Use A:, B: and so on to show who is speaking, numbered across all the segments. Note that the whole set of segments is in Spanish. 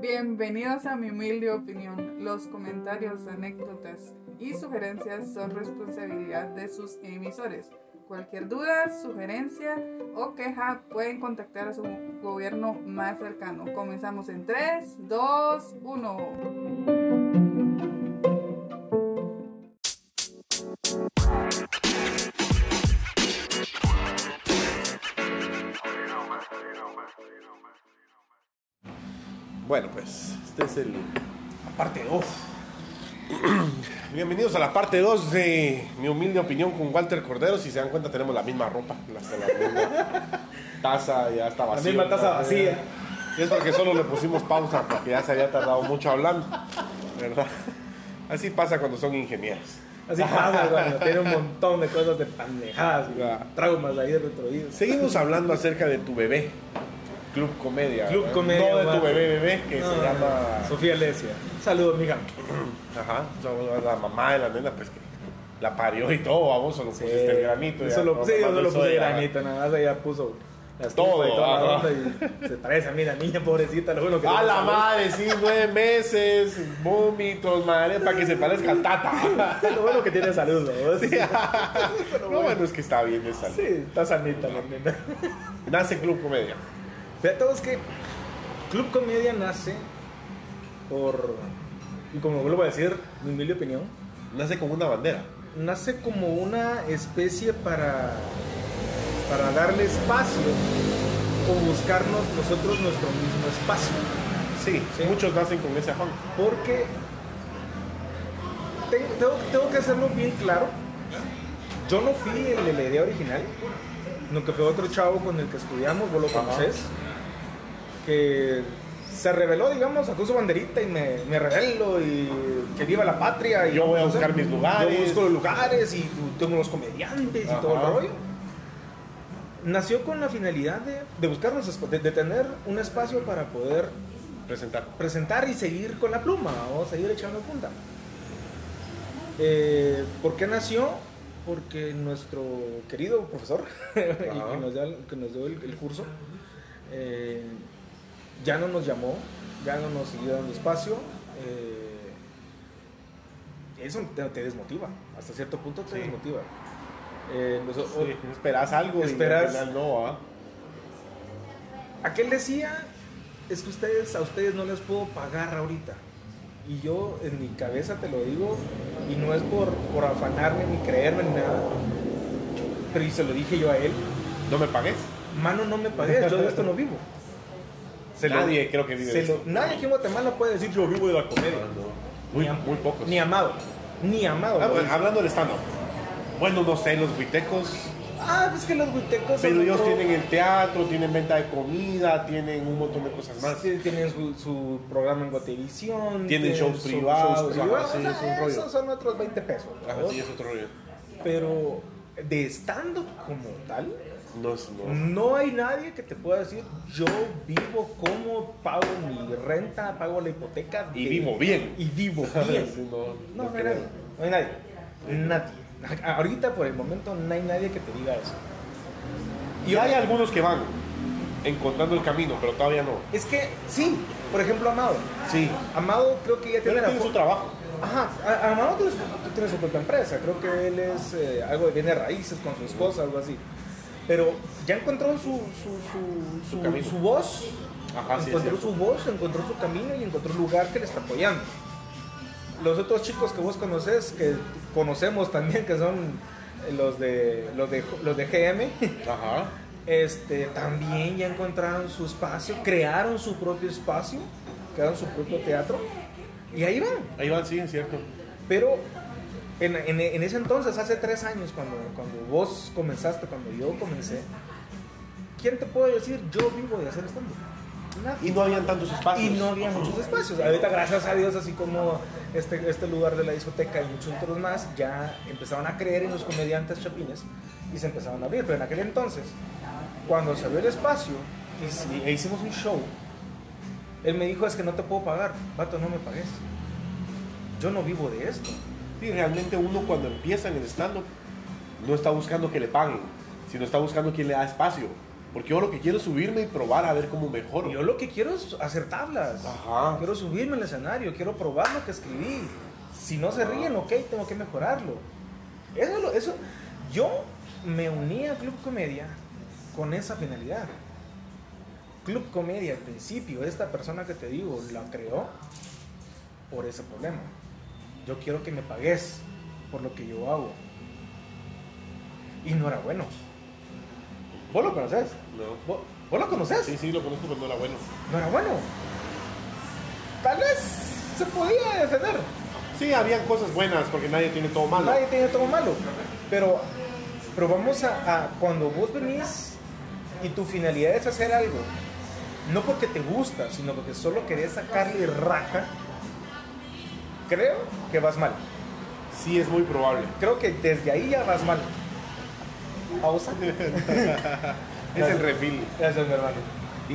A: Bienvenidos a mi humilde opinión. Los comentarios, anécdotas y sugerencias son responsabilidad de sus emisores. Cualquier duda, sugerencia o queja pueden contactar a su gobierno más cercano. Comenzamos en 3, 2, 1.
B: Bueno, pues este es el
C: Parte 2.
B: Bienvenidos a la parte 2 de mi humilde opinión con Walter Cordero. Si se dan cuenta, tenemos la misma ropa, hasta la misma taza, ya está
C: La
B: vacía.
C: misma taza vacía.
B: Y es porque solo le pusimos pausa, porque ya se había tardado mucho hablando, ¿verdad? Así pasa cuando son ingenieros.
C: Así pasa cuando tiene un montón de cosas de pendejadas, güey.
B: Ya.
C: traumas ahí retroídos.
B: Seguimos hablando acerca de tu bebé, Club Comedia.
C: Club
B: ¿verdad?
C: Comedia,
B: No de tu
C: Walter.
B: bebé, bebé, que se llama...
C: Sofía Lesia. Saludos, mija.
B: Ajá, so- la mamá de la nena, pues que la parió y todo, a vos solo pusiste Pues el granito.
C: Yo
B: ya,
C: solo,
B: no,
C: sí,
B: nomás
C: yo solo
B: hizo
C: puse
B: de la-
C: granito, nada más ella puso la estufa
B: Todo,
C: y toda la
B: ajá.
C: onda y se parece a mí, la niña pobrecita, lo bueno que
B: A
C: le
B: la
C: salió.
B: madre, sí, nueve meses, vómitos, madre, para que se parezca a Tata.
C: Lo bueno que tiene salud, ¿no? Sí,
B: Lo bueno es que está bien de salud.
C: sí, está sanita la nena.
B: Nace Club Comedia.
C: Fíjate todos que Club Comedia nace por, y como vuelvo a decir, mi humilde opinión,
B: Nace con una bandera.
C: nace como una especie para, para darle espacio o buscarnos nosotros nuestro mismo espacio.
B: Sí,
C: Sí.
B: muchos nacen con ese afán.
C: Porque tengo, tengo- tengo que hacerlo bien claro. Yo no fui el de la idea original, sino que fue otro chavo con el que estudiamos, vos lo
B: Ajá.
C: conoces, que se reveló, digamos, sacó su banderita y me, me revelo y que viva la patria. Y
B: Yo voy a
C: no sé,
B: buscar mis lugares.
C: Yo busco los lugares y tengo los comediantes y todo el
B: Ajá.
C: rollo. Nació con la finalidad de, de buscarnos, espa- de- de tener un espacio para poder
B: Presentar.
C: presentar y seguir con la pluma o seguir echando punta. Eh, ¿Por qué nació? Porque nuestro querido profesor, el que
B: Ajá.
C: nos, da- que nos dio el, el curso, eh, ya no nos llamó, ya no nos siguió dando espacio. eh, eso te, te desmotiva, hasta cierto punto te
B: Sí.
C: desmotiva. Eh, nos- o-
B: Sí, Esperás algo y
C: Esperás-
B: al final no, ¿ah?
C: Aquel decía, es que ustedes, a ustedes no les puedo pagar ahorita. Y yo en mi cabeza te lo digo, y no es por, por afanarme ni creerme ni nada, pero y se lo dije yo a él,
B: No me pagues.
C: mano no me pagues, yo de esto no vivo. lo-
B: Nadie creo que vive
C: se
B: de
C: lo-
B: esto.
C: nadie aquí en Guatemala puede decir yo vivo de la comedia.
B: Muy,
C: Ni a-
B: muy pocos.
C: Ni amado, ni amado.
B: Ah,
C: lo
B: bueno,
C: dice.
B: hablando del stand-up. Bueno, no sé, los huitecos
C: Ah, pues que los huitecos son
B: Pero ellos
C: otro-
B: tienen el teatro, tienen venta de comida, tienen un montón de cosas más.
C: Sí, tienen su, su programa en Guatevisión.
B: Tienen shows privados, ajá, sí,
C: o sea,
B: es un rollo.
C: Esos son otros 20 pesos.
B: Ajá,
C: ¿no?
B: sí, es otro rollo.
C: Pero de stand-up como tal,
B: No es, no.
C: no hay nadie que te pueda decir, yo vivo como pago mi renta, pago la hipoteca.
B: Y
C: de-
B: vivo bien.
C: Y vivo
B: Sí,
C: bien.
B: no,
C: No,
B: no
C: no hay
B: creo.
C: nadie. No hay nadie. Nadie. Ahorita por el momento no hay nadie que te diga eso.
B: Y hay algunos que van encontrando el camino, pero todavía no.
C: Es que, sí, por ejemplo, Amado.
B: Sí.
C: Amado creo que ya
B: Pero
C: tiene la
B: tiene
C: fo-
B: su trabajo.
C: Ajá, a- Armando tiene su, tiene su propia empresa, creo que él es eh, algo de bienes raíces con su esposa, algo así. Pero ya encontró su, su, su,
B: Su
C: su-
B: camino.
C: su voz,
B: Ajá, sí, es
C: encontró
B: cierto.
C: su voz, encontró su camino y encontró un lugar que le está apoyando. Los otros chicos que vos conoces, que conocemos también, que son los de, los de, los de GM,
B: Ajá.
C: este, también ya encontraron su espacio, crearon su propio espacio, crearon su propio teatro y ahí van.
B: Ahí van, sí, es cierto.
C: Pero en, en- en ese entonces, hace tres años, cuando, cuando vos comenzaste, cuando yo comencé, ¿quién te puede decir yo vivo de hacer stand
B: Y no habían tantos espacios.
C: y no había muchos espacios. Ahorita, gracias a Dios, así como este, este lugar de la discoteca y muchos otros más, ya empezaron a creer en los comediantes chapines y se empezaron a abrir. Pero en aquel entonces, cuando se abrió el espacio y, si- e hicimos un show, él me dijo: Es que no te puedo pagar, vato, no me pagues. Yo no vivo de esto.
B: Sí, realmente uno cuando empieza en el stand-up no está buscando que le paguen, sino está buscando quien le da espacio. Porque yo lo que quiero es subirme y probar a ver cómo mejoro.
C: Yo lo que quiero es hacer tablas.
B: Ajá.
C: Quiero subirme al escenario, quiero probar lo que escribí. Si no se ríen, ok, tengo que mejorarlo. Eso, lo- eso, yo me uní a Club Comedia con esa finalidad. Club Comedia, al principio, esta persona que te digo, la creó por ese problema. Yo quiero que me pagues por lo que yo hago. Y no era bueno. ¿Vos lo conoces?
B: No.
C: ¿Vos, vos lo conoces?
B: Sí, sí, lo conozco, pero no era bueno.
C: no era bueno. Tal vez se podía defender.
B: Sí, habían cosas buenas, porque nadie tiene todo malo.
C: Nadie tiene todo malo. Pero, pero vamos a, a- Cuando vos venís y tu finalidad es hacer algo, no porque te gusta, sino porque solo querés sacarle raja, creo que vas mal.
B: Sí, es muy probable.
C: Creo que desde ahí ya vas mal. Pausa.
B: Es el refil.
C: Gracias, mi hermano.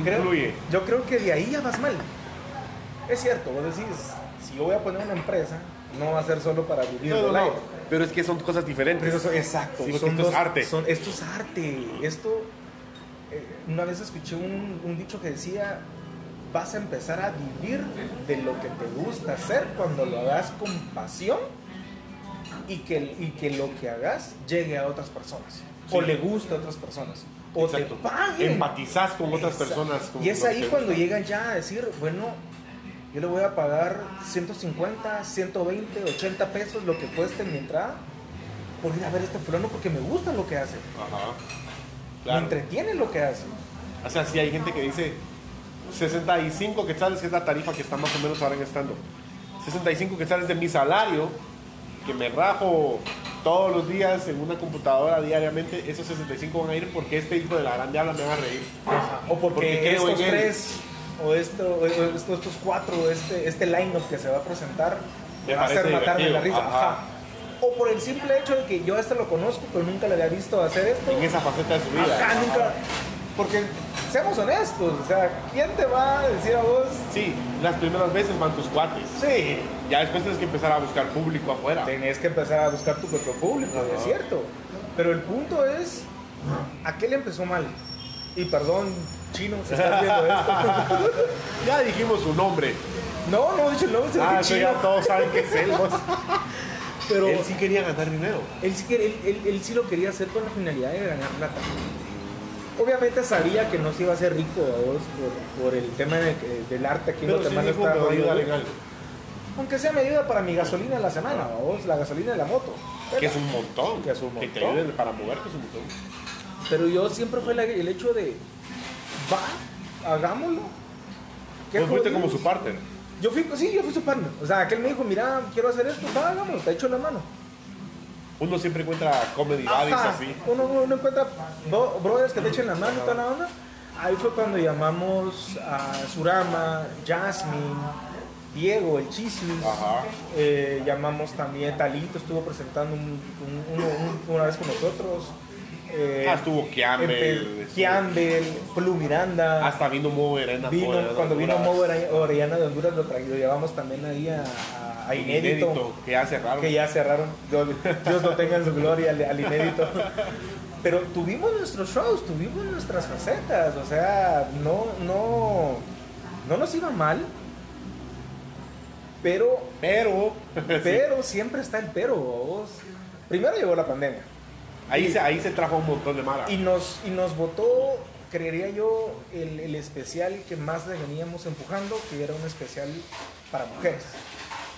C: Creo-
B: Incluye.
C: yo creo que de ahí ya vas mal. Es cierto, vos decís, si yo voy a poner una empresa, no va a ser solo para vivir
B: No,
C: del
B: no, no.
C: aire.
B: Pero es que son cosas
C: Pero
B: diferentes.
C: eso- exacto,
B: Sí,
C: son
B: porque esto
C: dos-
B: es arte.
C: son- esto es arte. Esto. eh, una vez escuché un, un dicho que decía: vas a empezar a vivir de lo que te gusta hacer cuando lo hagas con pasión y que, y que lo que hagas llegue a otras personas. O
B: Sí.
C: le guste a otras personas. O
B: Exacto.
C: te paguen.
B: Empatizás con otras
C: Exacto.
B: personas. con
C: Y es
B: lo que
C: ahí
B: te
C: cuando
B: gusta.
C: llegan ya a decir, bueno, yo le voy a pagar 150, 120, 80 pesos lo que cueste mi entrada por ir a ver a este fulano porque me gusta lo que hace.
B: Ajá.
C: Me
B: Claro.
C: entretiene lo que hace.
B: O sea, sí hay gente que dice 65 quetzales, que es la tarifa que está más o menos ahora en estando. 65 quetzales de mi salario, que me rajo todos los días en una computadora diariamente, esos 65 van a ir porque este hijo de la gran diabla me va a reír.
C: O porque,
B: Ah, Porque creo
C: estos
B: en él.
C: tres, o, esto, o esto- estos cuatro, o este, este line-up que se va a presentar,
B: Me
C: va a hacer
B: parece
C: matarme la
B: divertido.
C: risa.
B: Ajá.
C: Ajá. O por el simple hecho de que yo a este lo conozco, pero nunca le había visto hacer esto.
B: En esa faceta de su vida.
C: Ajá, nunca. Porque seamos honestos, o sea, ¿quién te va a decir a vos?
B: Sí, las primeras veces van tus cuates.
C: Sí.
B: Ya después tienes que empezar a buscar público afuera.
C: Tenés que empezar a buscar tu propio público,
B: Ajá.
C: es cierto. Pero el punto es, ¿a qué le empezó mal? Y perdón, chino, si estás viendo esto.
B: Ya dijimos su nombre.
C: no, no, dicho no, es
B: Ah,
C: el
B: eso ya
C: chino.
B: todos saben que es él. vos.
C: Pero
B: Él sí quería ganar dinero.
C: él sí, que- él, él- él sí lo quería hacer con la finalidad de ganar plata. Obviamente sabía que no se iba a hacer rico a vos por, por el tema de que- del arte aquí en
B: Pero sí
C: Guatemala
B: dijo,
C: está
B: me va a
C: jodido". ¿eh?
B: ayudar en algo.
C: Aunque sea me ayuda para mi gasolina de la semana, vos, la gasolina de la moto.
B: Que es un montón.
C: Que es un
B: te
C: montón.
B: ayuden para moverte es un montón.
C: Pero yo siempre fue la- el hecho de, va, hagámoslo. ¿Qué
B: Vos Pues fuiste como
C: jodidos?
B: su partner.
C: Yo fui, sí, yo fui su partner. O sea, aquel me dijo, mira, quiero hacer esto, va, hagámoslo, te echo la mano.
B: Uno siempre encuentra comedy buddies
C: Ajá.
B: así.
C: Uno, uno encuentra bro- brothers que te echen la mano y toda la onda. Ahí fue cuando llamamos a Surama, Jasmine, Diego, el Chismis.
B: Ajá.
C: Eh, llamamos también Talito, estuvo presentando un- un- uno- un- una vez con nosotros. Eh,
B: Ah, estuvo Kiambel,
C: empe-
B: estuvo-
C: Kiambel, Plu Miranda.
B: Hasta vino Mo Verena.
C: Vino-
B: Mo Verena,
C: cuando vino
B: Honduras.
C: Mo Ore- Orellana de Honduras, lo, tra- lo llevamos también ahí a, a- a
B: Inédito,
C: Inédito
B: Que ya cerraron.
C: que ya cerraron. Dios, Dios lo tenga en su gloria al, al inédito. Pero tuvimos nuestros shows, tuvimos nuestras facetas, o sea, no, no, no nos iba mal, pero,
B: Pero.
C: pero siempre está el pero. vos. Primero llegó la pandemia
B: Ahí,
C: Y-
B: se, ahí se trajo un montón de mala.
C: y nos, y nos votó, creería yo, el, el especial que más le veníamos empujando, que era un especial para mujeres.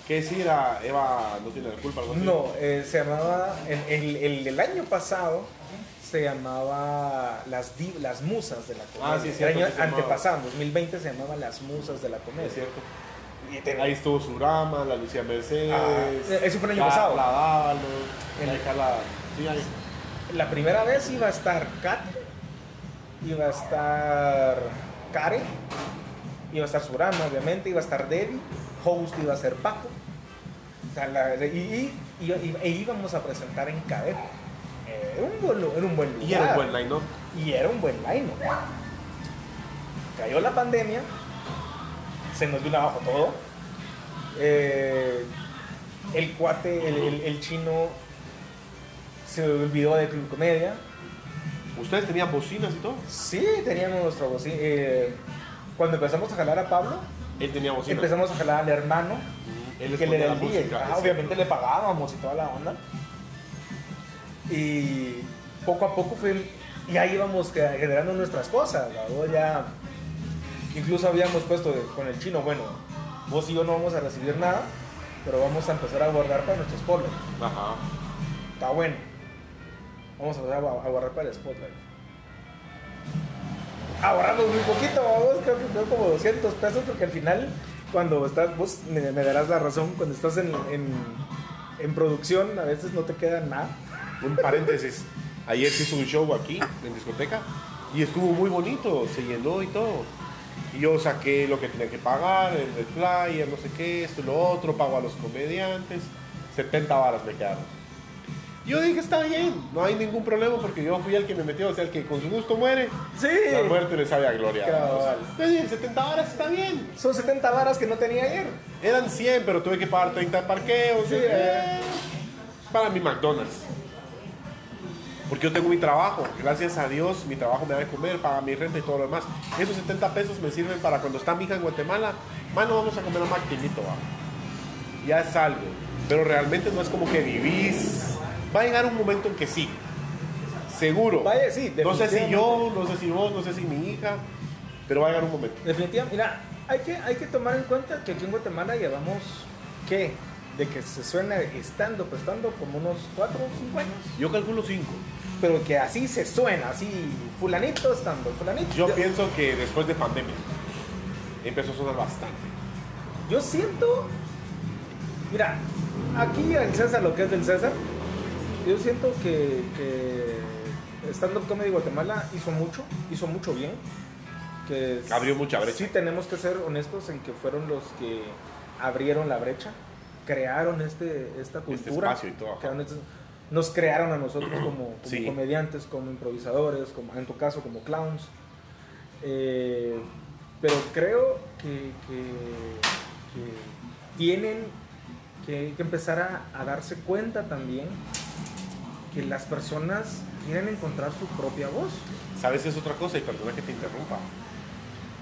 B: ¿Qué decir era Eva no tiene la culpa? algo así?
C: No, eh, se llamaba, el, el, el del año pasado se llamaba Las, Div- las Musas de la Comedia.
B: Ah, sí, es
C: el
B: cierto
C: año
B: que se llamaba.
C: antepasado, en 2020, se llamaba Las Musas de la Comedia.
B: Es cierto.
C: Y tenía-
B: Ahí estuvo Surama, la Lucía Mercedes.
C: Ah, eso fue el
B: Carla
C: año pasado.
B: Dávalos,
C: El-
B: la Carla- sí, ahí.
C: La primera vez iba a estar Kat, iba a estar Karen, iba a estar Surama, obviamente, iba a estar Debbie, host iba a ser Paco. O sea, la- y, y- y- e íbamos a presentar en Cadet. Eh, era un buen lu- era un buen lugar.
B: Y era un buen line, ¿no?
C: Y era un buen line. Cayó la pandemia, se nos vino abajo todo. Eh, el cuate, el, el- el chino, se olvidó de Club Comedia.
B: Ustedes tenían bocinas y todo.
C: Sí, teníamos nuestra bocina. eh, cuando empezamos a jalar a Pablo,
B: Él tenía bocinas.
C: empezamos a jalar al hermano,
B: Él
C: que
B: ponía
C: le era
B: la
C: el DJ.
B: música.
C: Ajá, obviamente le pagábamos y toda la onda. Y poco a poco fue, ya íbamos que- generando nuestras cosas. ¿no? Ya, incluso habíamos puesto de- con el chino, bueno, vos y yo no vamos a recibir nada, pero vamos a empezar a guardar para nuestros polos.
B: Ajá.
C: Está bueno. Vamos a empezar a gua- a guardar para el spotlight. Ahorramos muy poquito, vamos, creo que fueron como 200 pesos, porque al final, cuando estás, vos me, me darás la razón, cuando estás en, en, en producción, a veces no te queda nada.
B: Un paréntesis. Ayer se hizo un show aquí, en discoteca, y estuvo muy bonito, se llenó y todo. Y yo saqué lo que tenía que pagar, el del flyer, no sé qué, esto, lo otro, pago a los comediantes, 70 varas me quedaron. Yo dije, está bien, no hay ningún problema porque yo fui el que me metió, o sea, el que con su gusto muere,
C: Sí.
B: la muerte le sabe a gloria.
C: Cabal.
B: O sea, yo dije, 70 varas está bien.
C: Son 70 varas que no tenía ayer.
B: Eran 100, pero tuve que pagar 30 parqueos.
C: Sí,
B: eh,
C: eh.
B: para mi McDonald's. Porque yo tengo mi trabajo. Gracias a Dios, mi trabajo me da de comer, paga mi renta y todo lo demás. Esos 70 pesos me sirven para cuando está mi hija en Guatemala. Mano, vamos a comer a Martinito, va. Ya es algo. Pero realmente no es como que vivís. Va a llegar un momento en que sí. Seguro.
C: Vaya, sí,
B: no sé si
C: definitivamente.
B: yo, no sé si vos, no sé si mi hija. Pero va a llegar un momento.
C: Definitivamente, mira, hay que, hay que tomar en cuenta que aquí en Guatemala llevamos, ¿qué? De que se suena estando, prestando como unos 4 o 5 años.
B: Yo calculo 5.
C: pero que así se suena, así fulanito estando, fulanito.
B: Yo pienso que después de pandemia empezó a sonar bastante.
C: yo siento, mira, aquí al César, lo que es del César, yo siento que, que Stand Up Comedy Guatemala hizo mucho, hizo mucho bien. Que s-
B: Abrió mucha brecha.
C: Sí tenemos que ser honestos en que fueron los que abrieron la brecha, crearon este, esta cultura.
B: espacio y todo, ajá.
C: crearon este- nos crearon a nosotros como, como
B: Sí.
C: comediantes, como improvisadores, como, en tu caso como clowns. Eh, pero creo que, que- que tienen que, que empezar a, a darse cuenta también que las personas quieren encontrar su propia voz.
B: ¿Sabes? Es otra cosa y perdona que te interrumpa.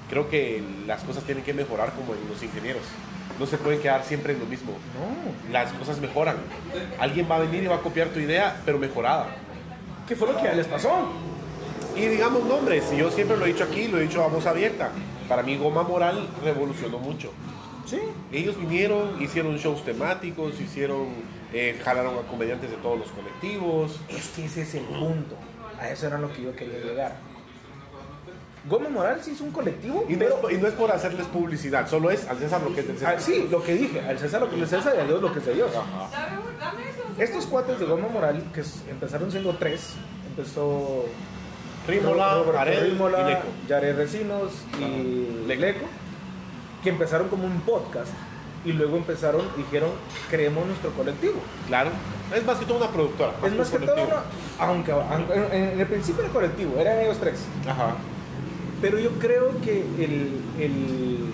B: Creo que las cosas tienen que mejorar como en los ingenieros. No se pueden quedar siempre en lo mismo.
C: No.
B: Las cosas mejoran. Alguien va a venir y va a copiar tu idea, pero mejorada.
C: ¿Qué fue lo que les pasó?
B: Y digamos nombres, y yo siempre lo he dicho aquí, lo he dicho a voz abierta. Para mí Goma Moral revolucionó mucho.
C: Sí.
B: Ellos vinieron, hicieron shows temáticos, hicieron, eh, jalaron a comediantes de todos los colectivos.
C: Es que ese es el punto. A eso era lo que yo quería llegar. Goma Moral sí es un colectivo,
B: Y no, es,
C: pero...
B: por- y no es por hacerles publicidad, solo es al César lo que es del César.
C: Ah, sí, lo que dije, al César lo que es del César y a Dios lo que es de Dios. Estos cuates de Goma Moral, que s- empezaron siendo tres, empezó
B: Rímola,
C: Roberto
B: Arel
C: Rímola,
B: y Leco.
C: Jared Recinos y
B: Leco.
C: Leco. que empezaron como un podcast y luego empezaron, dijeron, creemos nuestro colectivo.
B: Claro, es más que todo una productora.
C: es más que
B: un
C: todo,
B: colectivo.
C: no- aunque, aunque en, en el principio era colectivo, eran ellos tres.
B: Ajá.
C: Pero yo creo que el, el-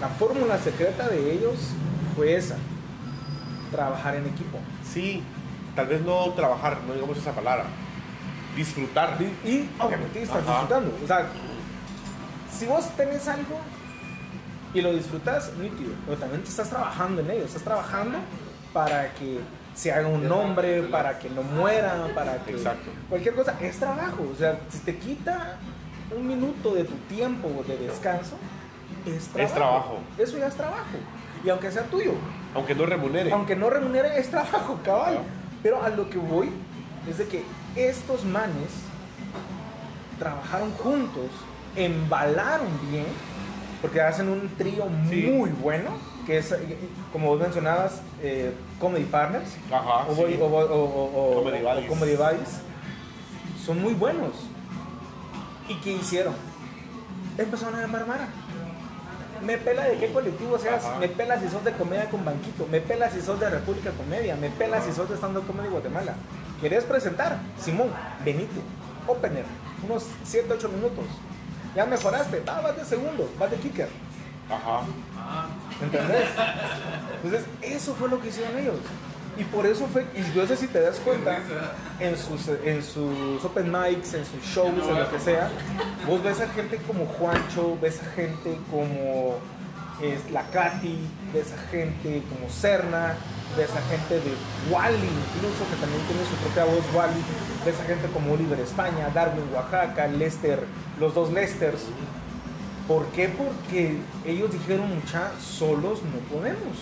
C: la fórmula secreta de ellos fue esa, trabajar en equipo.
B: Sí, tal vez no trabajar, no digamos esa palabra. Disfrutar.
C: Y obviamente estás
B: Ajá.
C: disfrutando. O sea, si vos tenés algo y lo disfrutas, nítido. Pero también te estás trabajando en ello. Estás trabajando para que se haga un nombre, para que no muera, para que.
B: Exacto.
C: Cualquier cosa. Es trabajo. O sea, si te quita un minuto de tu tiempo de descanso, es trabajo.
B: trabajo.
C: Eso ya es trabajo. Y aunque sea tuyo,
B: Aunque no remunere.
C: aunque no remunere, es trabajo, cabal.
B: Claro.
C: Pero a lo que voy es de que estos manes trabajaron juntos, embalaron bien, porque hacen un trío
B: Sí.
C: muy bueno, que es, eh, como vos mencionabas, eh, Comedy Partners,
B: Ajá.
C: o,
B: sí.
C: Boy- o Boy- o- o- o-
B: Comedy
C: o- o
B: Buddies.
C: Comedy Buddies. Son muy buenos. ¿Y qué hicieron? Empezaron a llamar Mara. Me pela de qué colectivo seas,
B: Ajá.
C: me pela si sos de comedia con banquito, me pela si sos de República Comedia, me pela si sos de Stand Up Comedy Guatemala. ¿Querés presentar? Simón, Benito, opener, unos 7, 8 minutos. Ya mejoraste, ah, vas de segundo, vas de kicker.
B: Ajá.
C: ¿Entendés? Entonces, eso fue lo que hicieron ellos. Y por eso fue, y yo sé si te das cuenta, en sus, en sus open mics, en sus shows, en lo que sea, vos ves a gente como Juancho, ves a gente como eh, la Katy, ves a gente como Serna, ves a gente de Wally, incluso que también tiene su propia voz Wally, ves a gente como Oliver España, Darwin Oaxaca, Lester, los dos Lesters. ¿Por qué? Porque ellos dijeron, mucha, solos no podemos.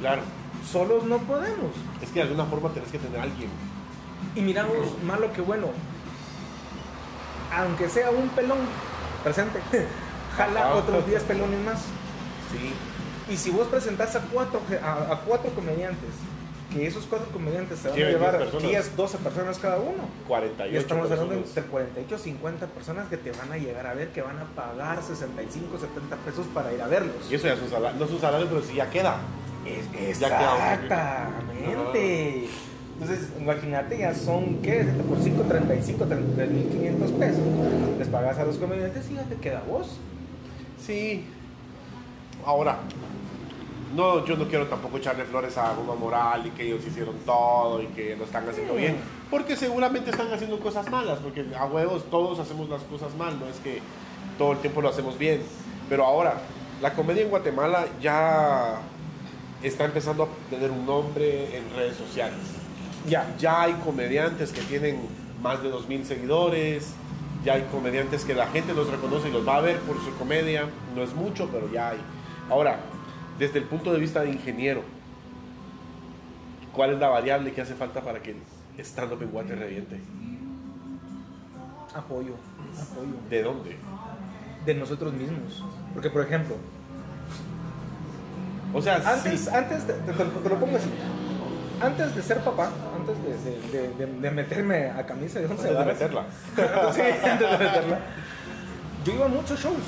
B: Claro.
C: Solos no podemos.
B: Es que de alguna forma tenés que tener a alguien.
C: Y miramos, malo que bueno, aunque sea un pelón presente, jala
B: Ah.
C: otros 10 pelones más.
B: Sí.
C: Y si vos presentás a cuatro, ge- a, a cuatro comediantes, que esos cuatro comediantes se van a
B: Lleven 10
C: llevar
B: personas.
C: 10, 12 personas cada uno.
B: 48.
C: Y estamos hablando de
B: personas.
C: entre 48 o 50 personas que te van a llegar a ver, que van a pagar 65, 70 pesos para ir a verlos.
B: Y eso ya es un salario. No es un salario, pero sí ya queda.
C: Es-
B: Ya queda otro.
C: Exactamente. Entonces, imagínate, ya son, ¿qué? Por 5, 35, 3,500 pesos. Les pagas a los comediantes y ya te queda vos.
B: Sí. Ahora, no, yo no quiero tampoco echarle flores a Goma Moral y que ellos hicieron todo y que lo están haciendo
C: Mm.
B: bien. Porque seguramente están haciendo cosas malas, porque a huevos todos hacemos las cosas mal, no es que todo el tiempo lo hacemos bien. Pero ahora, la comedia en Guatemala ya está empezando a tener un nombre en redes sociales.
C: Ya.
B: Ya hay comediantes que tienen más de 2.000 seguidores, ya hay comediantes que la gente los reconoce y los va a ver por su comedia. No es mucho, pero ya hay. Ahora, desde el punto de vista de ingeniero, ¿cuál es la variable que hace falta para que el stand-up en Guate reviente?
C: Apoyo. Apoyo.
B: ¿De dónde?
C: De nosotros mismos. Porque, por ejemplo,
B: O sea,
C: antes,
B: sí.
C: antes de- te, te- te lo pongo así. Antes de ser papá, antes de, de- de- de- de meterme a camisa de once
B: Antes de
C: varas,
B: meterla.
C: Sí, antes de meterla. Yo iba a muchos shows.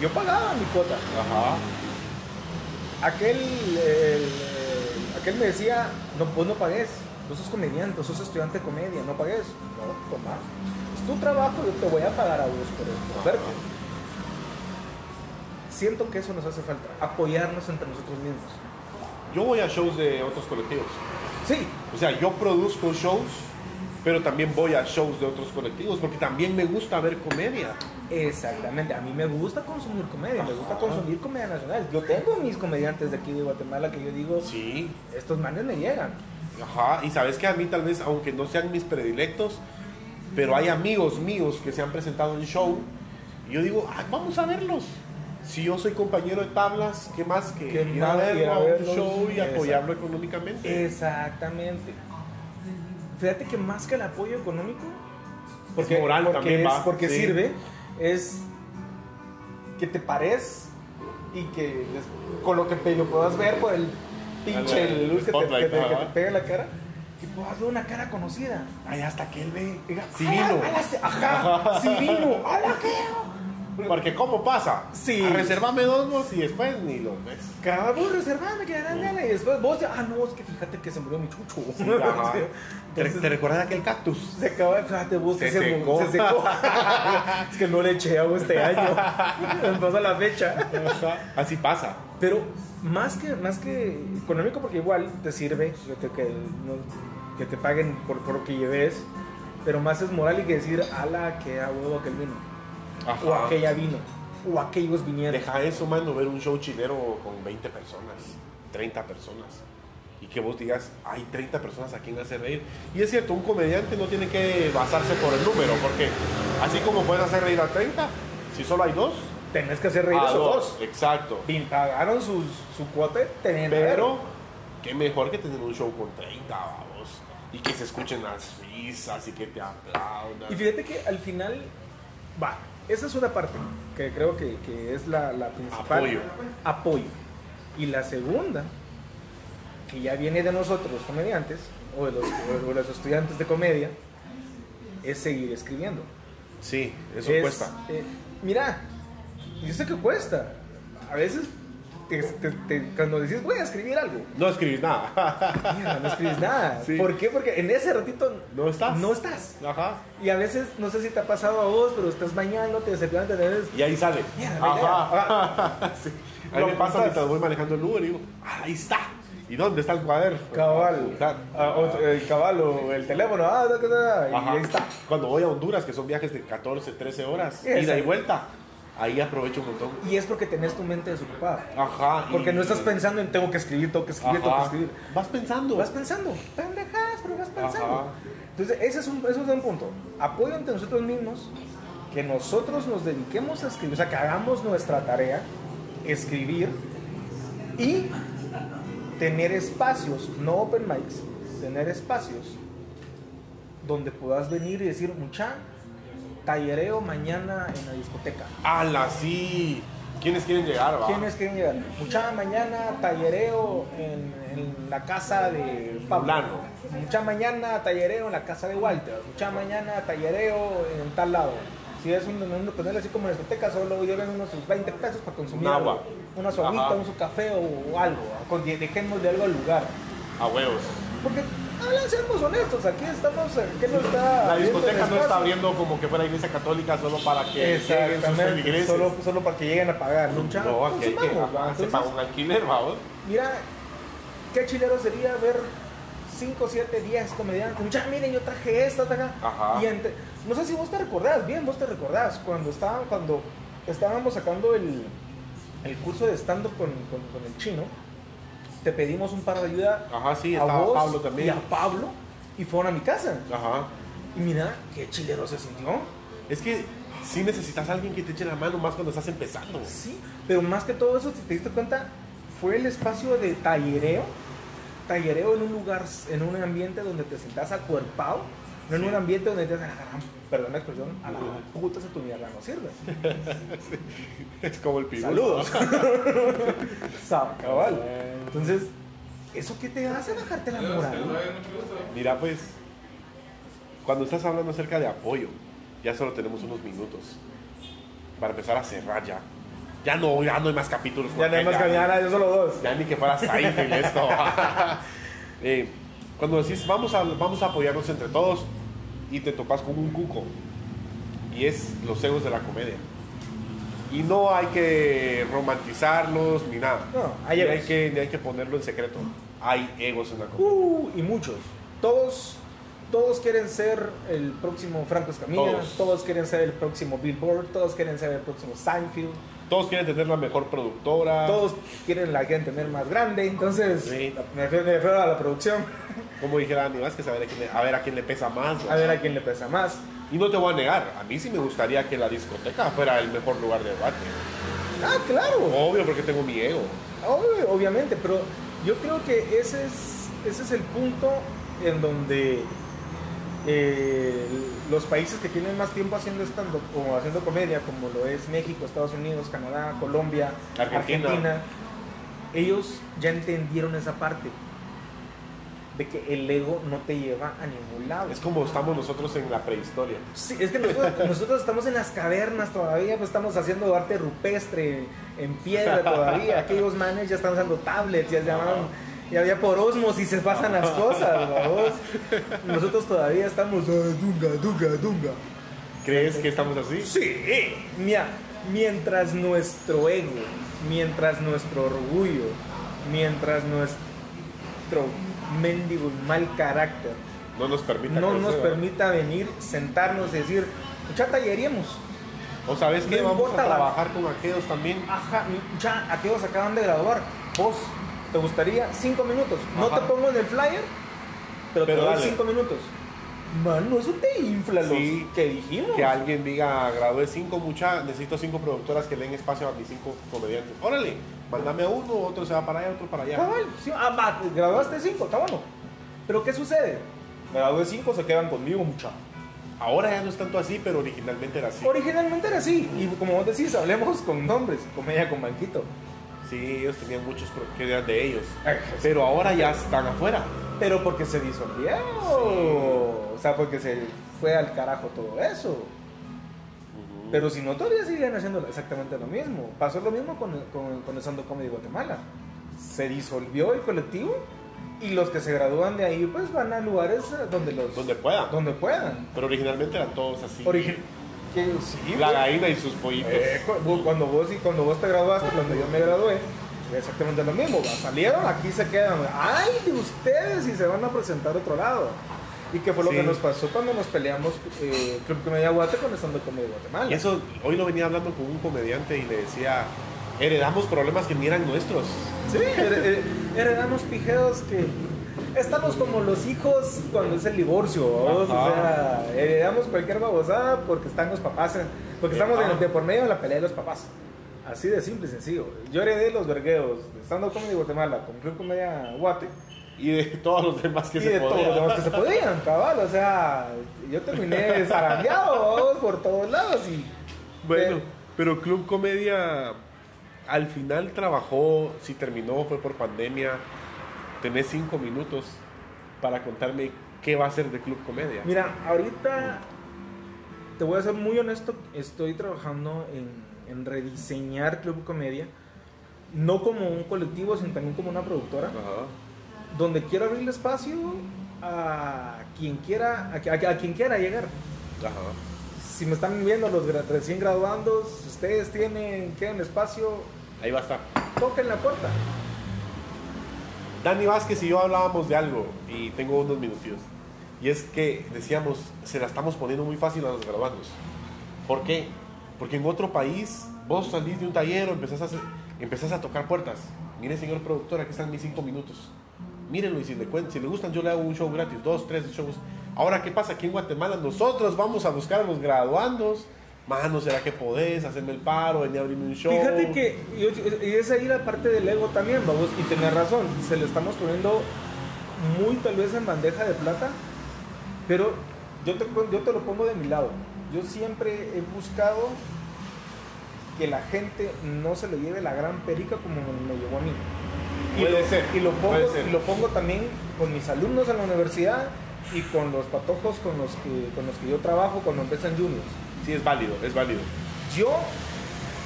C: Yo pagaba mi cuota.
B: Ajá.
C: Aquel, el, el- aquel me decía, no, vos no pagues, vos sos comediante, vos sos estudiante de comedia, no pagues. No, toma. Es tu trabajo, yo te voy a pagar a vos por, por verte. Siento que eso nos hace falta, apoyarnos entre nosotros mismos.
B: Yo voy a shows de otros colectivos.
C: Sí,
B: O sea, yo produzco shows, pero también voy a shows de otros colectivos, porque también me gusta ver comedia.
C: Exactamente, a mí me gusta consumir comedia, me gusta consumir comedia nacional. Yo tengo mis comediantes de aquí de Guatemala que yo digo,
B: Sí.
C: estos manes me llegan.
B: Ajá, y sabes que a mí tal vez, aunque no sean mis predilectos, pero hay amigos míos que se han presentado en show, y yo digo, "Ay, vamos a verlos. Si yo soy compañero de tablas, ¿qué más que
C: ¿Qué
B: ir a
C: más que ir
B: verlo
C: a
B: a un
C: verlos?
B: show y
C: Exacto.
B: apoyarlo económicamente?
C: Exactamente. Fíjate que más que el apoyo económico,
B: moral
C: porque,
B: también,
C: es-
B: va,
C: porque
B: sí.
C: sirve, es que te pares y que es- con lo que te lo puedas ver por el pinche
B: El- el
C: luz que te, que,
B: spotlight,
C: te, que
B: ajá.
C: te pega en la cara, que puedas ver una cara conocida.
B: Ahí hasta que él ve.
C: Diga,
B: Si
C: "Ala,
B: vino.
C: ala, se- Ajá, si vino. Ah, ¡Ala, qué!
B: Porque ¿cómo pasa?
C: Sí.
B: A reservame dos vos y después ni lo ves.
C: Acabo de reservarme, que eran de la- Y después vos, ya, ah, no, es que fíjate que se murió mi chucho.
B: Sí, ajá. ¿Te,
C: Entonces,
B: te recuerdas de aquel cactus?
C: se acaba de fíjate vos que
B: Se secó.
C: mu- se secó. es que no le eché agua este año. Pasa la fecha.
B: Así pasa.
C: Pero más que, más que económico, porque igual te sirve que te, que, no- que te paguen por, por lo que lleves, pero más es moral y que decir, ala, que a huevo aquel vino, o
B: Ajá.
C: aquella vino, o aquellos vinieron.
B: Deja eso, mano, ver un show chilero con 20 personas, 30 personas. Y que vos digas, hay 30 personas a quien hacer reír. Y es cierto, un comediante no tiene que basarse por el número, porque así como puedes hacer reír a 30, si solo hay dos,
C: Tenés que hacer reír
B: a
C: a esos dos.
B: Exacto.
C: Y pagaron sus- su cuota teniendo.
B: Pero, qué mejor que tener un show con 30, vamos. Y que se escuchen las risas y que te aplaudan.
C: Y fíjate que al final, va, esa es una parte que creo que, que es la, la principal.
B: Apoyo.
C: Apoyo. Y la segunda, que ya viene de nosotros los comediantes, o de los, o de los estudiantes de comedia, es seguir escribiendo.
B: Sí, eso
C: Es,
B: cuesta.
C: eh, mira, yo sé que cuesta. A veces, te- te- te- cuando decís, voy a escribir algo,
B: No escribís nada.
C: mierda, no escribes nada.
B: Sí.
C: ¿Por qué? Porque en ese ratito
B: No estás.
C: No estás.
B: Ajá.
C: Y a veces, no sé si te ha pasado a vos, pero estás bañándote, se planta, te ves.
B: Y ahí sale.
C: Mierda,
B: Ajá. sí. A mí
C: Lo
B: me pasa
C: apuntas.
B: mientras voy manejando el Uber y digo, "Ah, ahí está. Y ¿Y dónde está el cuaderno?
C: Cabal.
B: Está-
C: Ah, o- el cabal o el teléfono. Ah, da, da, da, y
B: Ajá.
C: ahí está.
B: Cuando voy a Honduras, que son viajes de 14, 13 horas,
C: Yes.
B: ida y vuelta, ahí aprovecho un montón.
C: Y es porque tenés tu mente desocupada.
B: Ajá. y-
C: Porque no estás pensando en tengo que escribir, tengo que escribir, tengo que
B: Ajá.
C: escribir.
B: Vas pensando.
C: Vas pensando, pendejadas, pero vas pensando.
B: Ajá.
C: Entonces, ese es, un, ese es un punto. Apoyo entre nosotros mismos, que nosotros nos dediquemos a escribir, o sea, que hagamos nuestra tarea, escribir y tener espacios, no open mics, tener espacios donde puedas venir y decir, mucha, tallereo mañana en la discoteca.
B: ¡Hala, sí! ¿Quiénes quieren llegar, va?
C: ¿Quiénes quieren llegar? Mucha mañana tallereo en, en la casa de Pablo.
B: Fulano.
C: Mucha mañana tallereo en la casa de Walter. Mucha mañana tallereo en tal lado. Si es un, un hotel así como en la discoteca, solo lleven unos sus 20 pesos para consumir
B: Un
C: algo.
B: agua.
C: una su agüita,
B: Ajá.
C: un su café o, o algo. Con- Dejemos de algo al lugar.
B: A huevos.
C: Porque, ahora seamos honestos, aquí estamos, eh, ¿qué nos está
B: La
C: abriendo el
B: discoteca no está
C: espacio?
B: abriendo como que fuera iglesia católica solo para que lleguen sus
C: Exactamente,
B: feligreses.
C: solo, solo para que lleguen a pagar. Mucha,
B: No, aquí hay que
C: consumamos, ¿va?
B: ajá, se
C: Entonces,
B: paga un alquiler, vamos.
C: Mira, qué chilero sería ver 5, 7, 10 comediantes. Ya, miren, yo traje esta, acá.
B: Ajá.
C: Y entre- no sé si vos te recordás, bien, vos te recordás, cuando, estaba, cuando estábamos sacando el, el curso de stand-up con, con- con el chino, te pedimos un par de ayuda
B: Ajá, sí,
C: a
B: estaba
C: vos
B: Pablo
C: y
B: también.
C: a Pablo, y fueron a mi casa.
B: Ajá.
C: Y mira, qué chilero se sintió.
B: Es que sí necesitas a alguien que te eche la mano más cuando estás empezando.
C: Sí, pero más que todo eso, si te diste cuenta, fue el espacio de tallereo. Tallereo en un lugar, en un ambiente donde te sentás acuerpado, no en un ambiente donde te dices, "Ah, perdón la expresión, a la gran puta se tu mierda no sirve.
B: Es como el pirulo.
C: Saludos. Sab, cabal.
B: Eh,
C: Entonces, ¿eso qué te hace bajarte la moral?
B: Mira, pues, cuando estás hablando acerca de apoyo, ya solo tenemos unos minutos para empezar a cerrar ya. Ya no, ya no hay más capítulos. porque
C: yo solo dos.
B: Ya ni que fuera Seinfeld esto. Eh, cuando decís, vamos a, vamos a apoyarnos entre todos, y te topas con un cuco, y es los egos de la comedia. Y no hay que romantizarlos ni nada.
C: No, hay
B: ni
C: egos.
B: hay, que, ni hay que ponerlo en secreto. Hay egos en la comedia.
C: Uh, y muchos. Todos, todos quieren ser el próximo Franco Escamilla,
B: Todos.
C: todos. quieren ser el próximo Billboard, todos quieren ser el próximo Seinfeld,
B: Todos quieren tener la mejor productora.
C: todos quieren la quieren tener más grande, entonces
B: Ah. Sí.
C: me, refiero, me refiero a la producción,
B: Como "Ah, dijera Andy Vázquez, a ver a quién le, a ver a quién le pesa más. ¿no?
C: a ver a quién le pesa más.
B: Y no te voy a negar, a mí sí me gustaría que la discoteca fuera el mejor lugar de debate.
C: Ah, claro,
B: Obvio, porque tengo mi ego.
C: obvio- obviamente, pero yo creo que ese es, ese es el punto en donde eh, los países que tienen más tiempo haciendo stand o haciendo comedia, como lo es México, Estados Unidos, Canadá, Colombia,
B: Argentina.
C: Argentina. ellos ya entendieron esa parte de que el ego no te lleva a ningún lado.
B: Es como estamos nosotros en la prehistoria.
C: Sí, es que nosotros, nosotros estamos en las cavernas todavía, pues estamos haciendo arte rupestre en piedra todavía. Aquellos manes ya están usando tablets, ya llamaron, ya, ya por osmosis se pasan las cosas, babos. Nosotros todavía estamos, "Ah, dunga, dunga, dunga.
B: ¿Crees que estamos así?
C: Sí, mira, mientras nuestro ego, mientras nuestro orgullo, mientras nuestro mendigo y mal carácter
B: No nos permite.
C: no nos
B: crecer.
C: permita venir, sentarnos y decir, ya talleríamos.
B: O sabes que
C: no
B: vamos
C: importa
B: a
C: la- Ah,
B: trabajar con aquellos también.
C: Ajá, ya aquellos acaban de graduar. Vos, ¿te gustaría cinco minutos? No
B: Ajá.
C: te pongo en el flyer, pero,
B: Pero
C: te doy
B: dale.
C: cinco minutos. Mano, eso te infla
B: Sí.
C: los que dijimos.
B: Que alguien diga, gradué cinco muchas, necesito cinco productoras que le den espacio a mis cinco comediantes. Órale, mándame a uno, otro se va para allá, otro para allá.
C: Cabal, sí, ah, va, graduaste cinco, está bueno. Pero ¿qué sucede? Gradué cinco, se quedan conmigo, muchacho.
B: Ahora ya no es tanto así, pero originalmente era así.
C: Originalmente era así, y como vos decís, hablemos con nombres, comedia con banquito.
B: Sí, ellos tenían muchos pro- que eran de ellos. Pero ahora ya están afuera.
C: Pero porque se disolvió. O sea, porque se fue al carajo todo eso. Pero si no, todavía seguirían haciendo exactamente lo mismo. Pasó lo mismo con, con, con el Sando Comedy Guatemala. Se disolvió el colectivo y los que se gradúan de ahí pues van a lugares eh, donde los
B: Donde puedan.
C: donde puedan.
B: Pero originalmente eran todos así.
C: Origi- que sí,
B: La
C: güey.
B: gallina y sus pollitos.
C: Eh, cu- cuando vos y cuando vos te graduaste, cuando yo me gradué, exactamente lo mismo. ¿va? Salieron, aquí se quedan. ¡Ay, de ustedes! Y se van a presentar a otro lado. Y que fue lo
B: Sí.
C: que nos pasó cuando nos peleamos eh, Club Comedia Guate con Estando Comedia Guatemala.
B: Y eso, hoy lo venía hablando con un comediante y le decía, heredamos problemas que ni eran nuestros.
C: Sí, her- her- heredamos pijeos que. Estamos como los hijos cuando es el divorcio, ¿vos? o
B: Ajá.
C: sea, heredamos cualquier babosada porque están los papás, en- porque estamos
B: Ajá.
C: en- de por medio de la pelea de los papás. Así de simple y sencillo. Yo heredé los vergueos, estando Comedy Guatemala, con Club Comedia Guate,
B: Y de todos los demás que
C: y
B: se
C: de todos los
B: podían.
C: demás que se podían, cabal, o sea, yo terminé zarandeado ¿vos? por todos lados y...
B: Bueno,
C: Eh,
B: pero Club Comedia al final trabajó, si terminó, fue por pandemia. Tenés cinco minutos para contarme qué va a ser de Club Comedia.
C: Mira, ahorita te voy a ser muy honesto, estoy trabajando en, en rediseñar Club Comedia, no como un colectivo, sino también como una productora,
B: Ajá.
C: donde quiero abrirle espacio a quien quiera, a, que- a que- a quien quiera llegar.
B: Ajá.
C: Si me están viendo los gra- recién graduandos, si ustedes tienen, quieren espacio,
B: Ahí va a estar.
C: toquen la puerta.
B: Dani Vázquez y yo hablábamos de algo y tengo unos minutitos. Y es que decíamos, se la estamos poniendo muy fácil a los graduandos. ¿Por qué? Porque en otro país vos salís de un taller o empezás a, hacer- empezás a tocar puertas. Mire, señor productor, aquí están mis cinco minutos. Mírenlo y si le, cuen- si le gustan, yo le hago un show gratis, dos, tres shows. Ahora, ¿qué pasa aquí en Guatemala? Nosotros vamos a buscar a los graduandos. Mano, ¿será que podés hacerme el paro, venir a abrirme un show?
C: Fíjate que, y- y es ahí la parte del ego también, vamos, y tener razón, se le estamos poniendo muy tal vez en bandeja de plata, pero yo te, pon- yo te lo pongo de mi lado. Yo siempre he buscado que la gente no se le lleve la gran perica como me, me llevó a mí. Y
B: Puede
C: lo,
B: ser,
C: y lo
B: puede
C: pongo,
B: ser.
C: y lo pongo también con mis alumnos en la universidad y con los patojos con los que, con los que yo trabajo cuando empiezan juniors.
B: Sí, es válido, es válido.
C: Yo,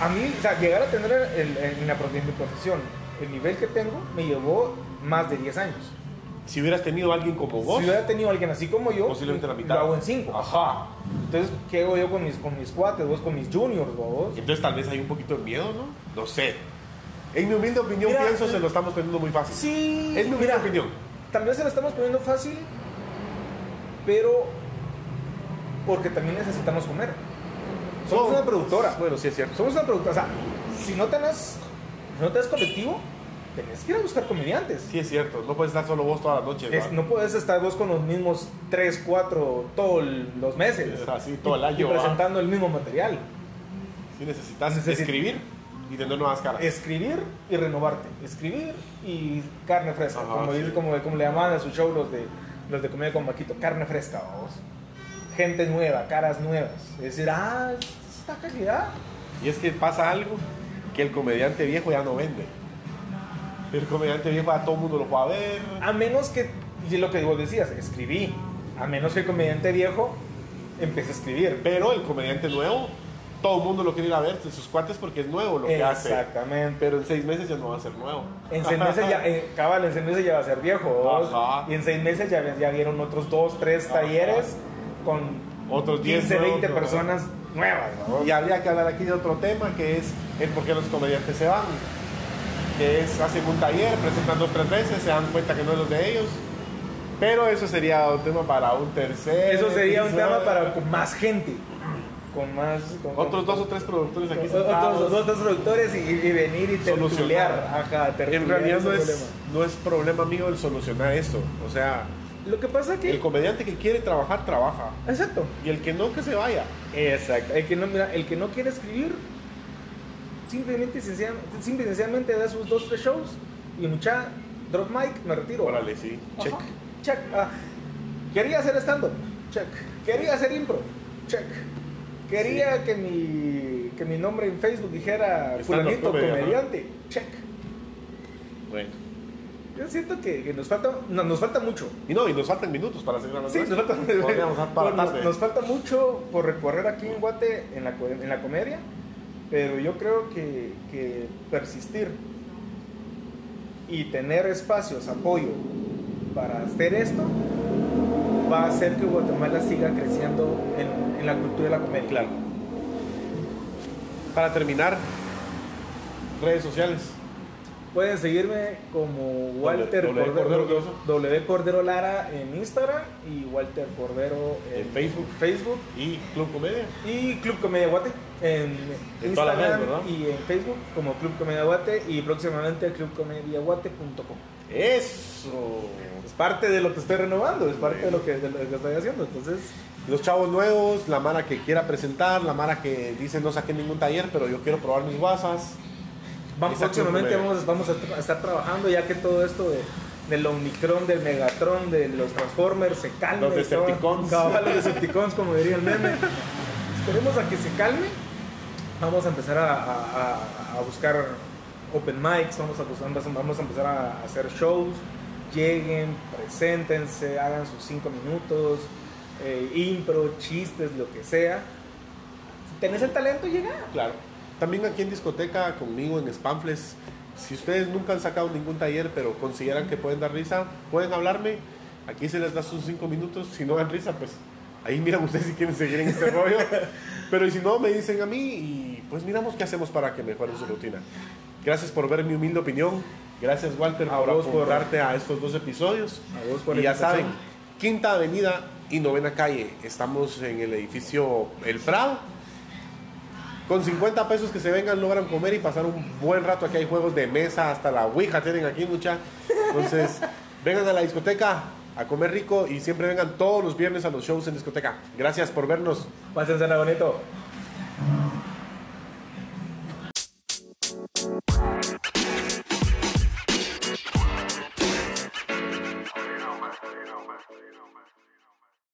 C: a mí, o sea, llegar a tener el- el- en, la, profe- en mi profesión el nivel que tengo me llevó más de 10 años.
B: Si hubieras tenido a alguien como vos...
C: Si hubiera tenido alguien así como yo,
B: Posiblemente la mitad. Ah.
C: lo hago en 5.
B: Ajá.
C: Entonces, ¿qué hago yo con mis, con mis cuates, vos con mis juniors, vos?
B: Entonces tal vez hay un poquito de miedo, ¿no? No sé. En mi humilde opinión
C: Mira,
B: pienso
C: eh,
B: se lo estamos poniendo muy fácil.
C: Sí,
B: es mi humilde
C: mira,
B: opinión.
C: También se lo estamos poniendo fácil, pero porque también necesitamos comer. Somos
B: No,
C: una productora.
B: Bueno, sí es cierto.
C: Somos una productora. O sea, si no tenés, si no tenés colectivo, tenés que ir a buscar comediantes.
B: Sí es cierto. No puedes estar solo vos toda la noche.
C: Es-
B: ¿va?
C: no puedes estar vos con los mismos 3, 4 todos los meses.
B: Es así, todo el
C: Y
B: año, ¿va?
C: presentando el mismo material.
B: Sí necesitas
C: Necesi-
B: escribir y tener nuevas caras.
C: Escribir y renovarte. Escribir y carne fresca.
B: Ajá,
C: como,
B: sí.
C: dice- como, como le llamaban a su show los de, los de Comedia con Maquito. Carne fresca, vamos. Gente nueva, caras nuevas. Es decir, ah, esta calidad.
B: Y es que pasa algo que el comediante viejo ya no vende. El comediante viejo a todo el mundo lo va a ver.
C: A menos que, y lo que vos decías, escribí. A menos que el comediante viejo empiece a escribir.
B: Pero el comediante nuevo, todo el mundo lo quiere ir a ver, sus cuates porque es nuevo lo que hace.
C: Exactamente.
B: Pero en seis meses ya no va a ser nuevo.
C: En seis meses ya, eh, cabal, en seis meses ya va a ser viejo. ¿vos?
B: Ajá.
C: Y en seis meses ya, ya vieron otros dos, tres
B: Ajá.
C: talleres con
B: Otros 10
C: 15,
B: nuevos,
C: 20
B: ¿no?
C: personas nuevas. ¿vos?
B: Y habría que hablar aquí de otro tema que es el por qué los comediantes se van. Que es, hacen un taller, presentan dos tres veces, se dan cuenta que no es los de ellos. Pero eso sería un tema para un tercer.
C: Eso sería un
B: episodio.
C: tema para con más gente. Con más. con-
B: Otros
C: con-
B: dos o tres productores aquí
C: otros,
B: sentados.
C: otros dos productores y, y venir y
B: Solucionar.
C: tertuliar. Ajá, tertuliar
B: En realidad
C: ese
B: no es,
C: problema.
B: no es problema mío el solucionar esto. O sea,
C: Lo que pasa que.
B: el comediante que quiere trabajar, trabaja.
C: Exacto.
B: Y el que no, que se vaya.
C: Exacto. El que no, mira, el que no quiere escribir, simplemente y sencillamente, simple y sencillamente da sus dos, tres shows y mucha drop mic, me retiro.
B: Órale, sí.
C: Ajá.
B: Check.
C: Check. Ah, quería hacer stand-up. Check. Quería hacer impro. Check. Quería que, mi, que mi nombre en Facebook dijera
B: Stand-up
C: fulanito
B: comedy, ajá.
C: comediante. Check.
B: Bueno.
C: Yo siento que, que nos falta no, nos falta mucho.
B: Y no, y nos faltan minutos para seguir hablando.
C: Sí,
B: de
C: nos
B: esto.
C: falta,
B: Podríamos dar para
C: Bueno, nos-
B: tarde.
C: nos falta mucho por recorrer aquí en Guate en la, co- en la comedia, pero yo creo que, que persistir y tener espacios, apoyo para hacer esto va a hacer que Guatemala siga creciendo en, en la cultura de la comedia.
B: Claro. Para terminar, redes sociales.
C: Pueden seguirme como Walter
B: W Cordero
C: Cordero,
B: Llosa.
C: W Cordero Lara en Instagram y Walter Cordero
B: En Facebook.
C: Facebook
B: Y Club Comedia.
C: y Club Comedia Guate en
B: En todas las
C: Instagram
B: redes, ¿verdad?
C: y en Facebook como Club Comedia Guate y próximamente clubcomediaguate.com.
B: Eso.
C: Es parte de lo que estoy renovando, es parte de lo que, de lo que estoy haciendo, entonces
B: Los chavos nuevos, la mara que quiera presentar, la mara que dice no saqué ningún taller, pero yo quiero probar mis guasas.
C: Vamos,
B: Esa
C: próximamente
B: Club
C: vamos, vamos a, tra- a estar trabajando ya que todo esto de, del Omnicron, del Megatron, de los Transformers se calme.
B: Los Decepticons.
C: Cabal, cabal, los Decepticons, como diría el meme. Esperemos a que se calme. Vamos a empezar a, a- a- a buscar open mics, vamos a, bus- vamos a empezar a hacer shows. Lleguen, preséntense, hagan sus cinco minutos, eh, impro, chistes, lo que sea. Si tenés el talento, llega.
B: Claro. También aquí en discoteca, conmigo en Spamfles, si ustedes nunca han sacado ningún taller, pero consideran que pueden dar risa, pueden hablarme. Aquí se les da sus cinco minutos. Si no dan risa, pues ahí miran ustedes si quieren seguir en este rollo. Pero y si no, me dicen a mí y pues miramos qué hacemos para que mejoren su rutina. Gracias por ver mi humilde opinión. Gracias, Walter,
C: A
B: por
C: vos por-
B: apuntarte a estos dos episodios.
C: A vos por la
B: y ya
C: invitación.
B: saben, Quinta Avenida y Novena Calle. Estamos en el edificio El Prado. Con 50 pesos que se vengan logran comer y pasar un buen rato. Aquí hay juegos de mesa, hasta la Ouija tienen aquí mucha. Entonces, vengan a la discoteca a comer rico y siempre vengan todos los viernes a los shows en discoteca. Gracias por vernos.
C: Pásensela bonito.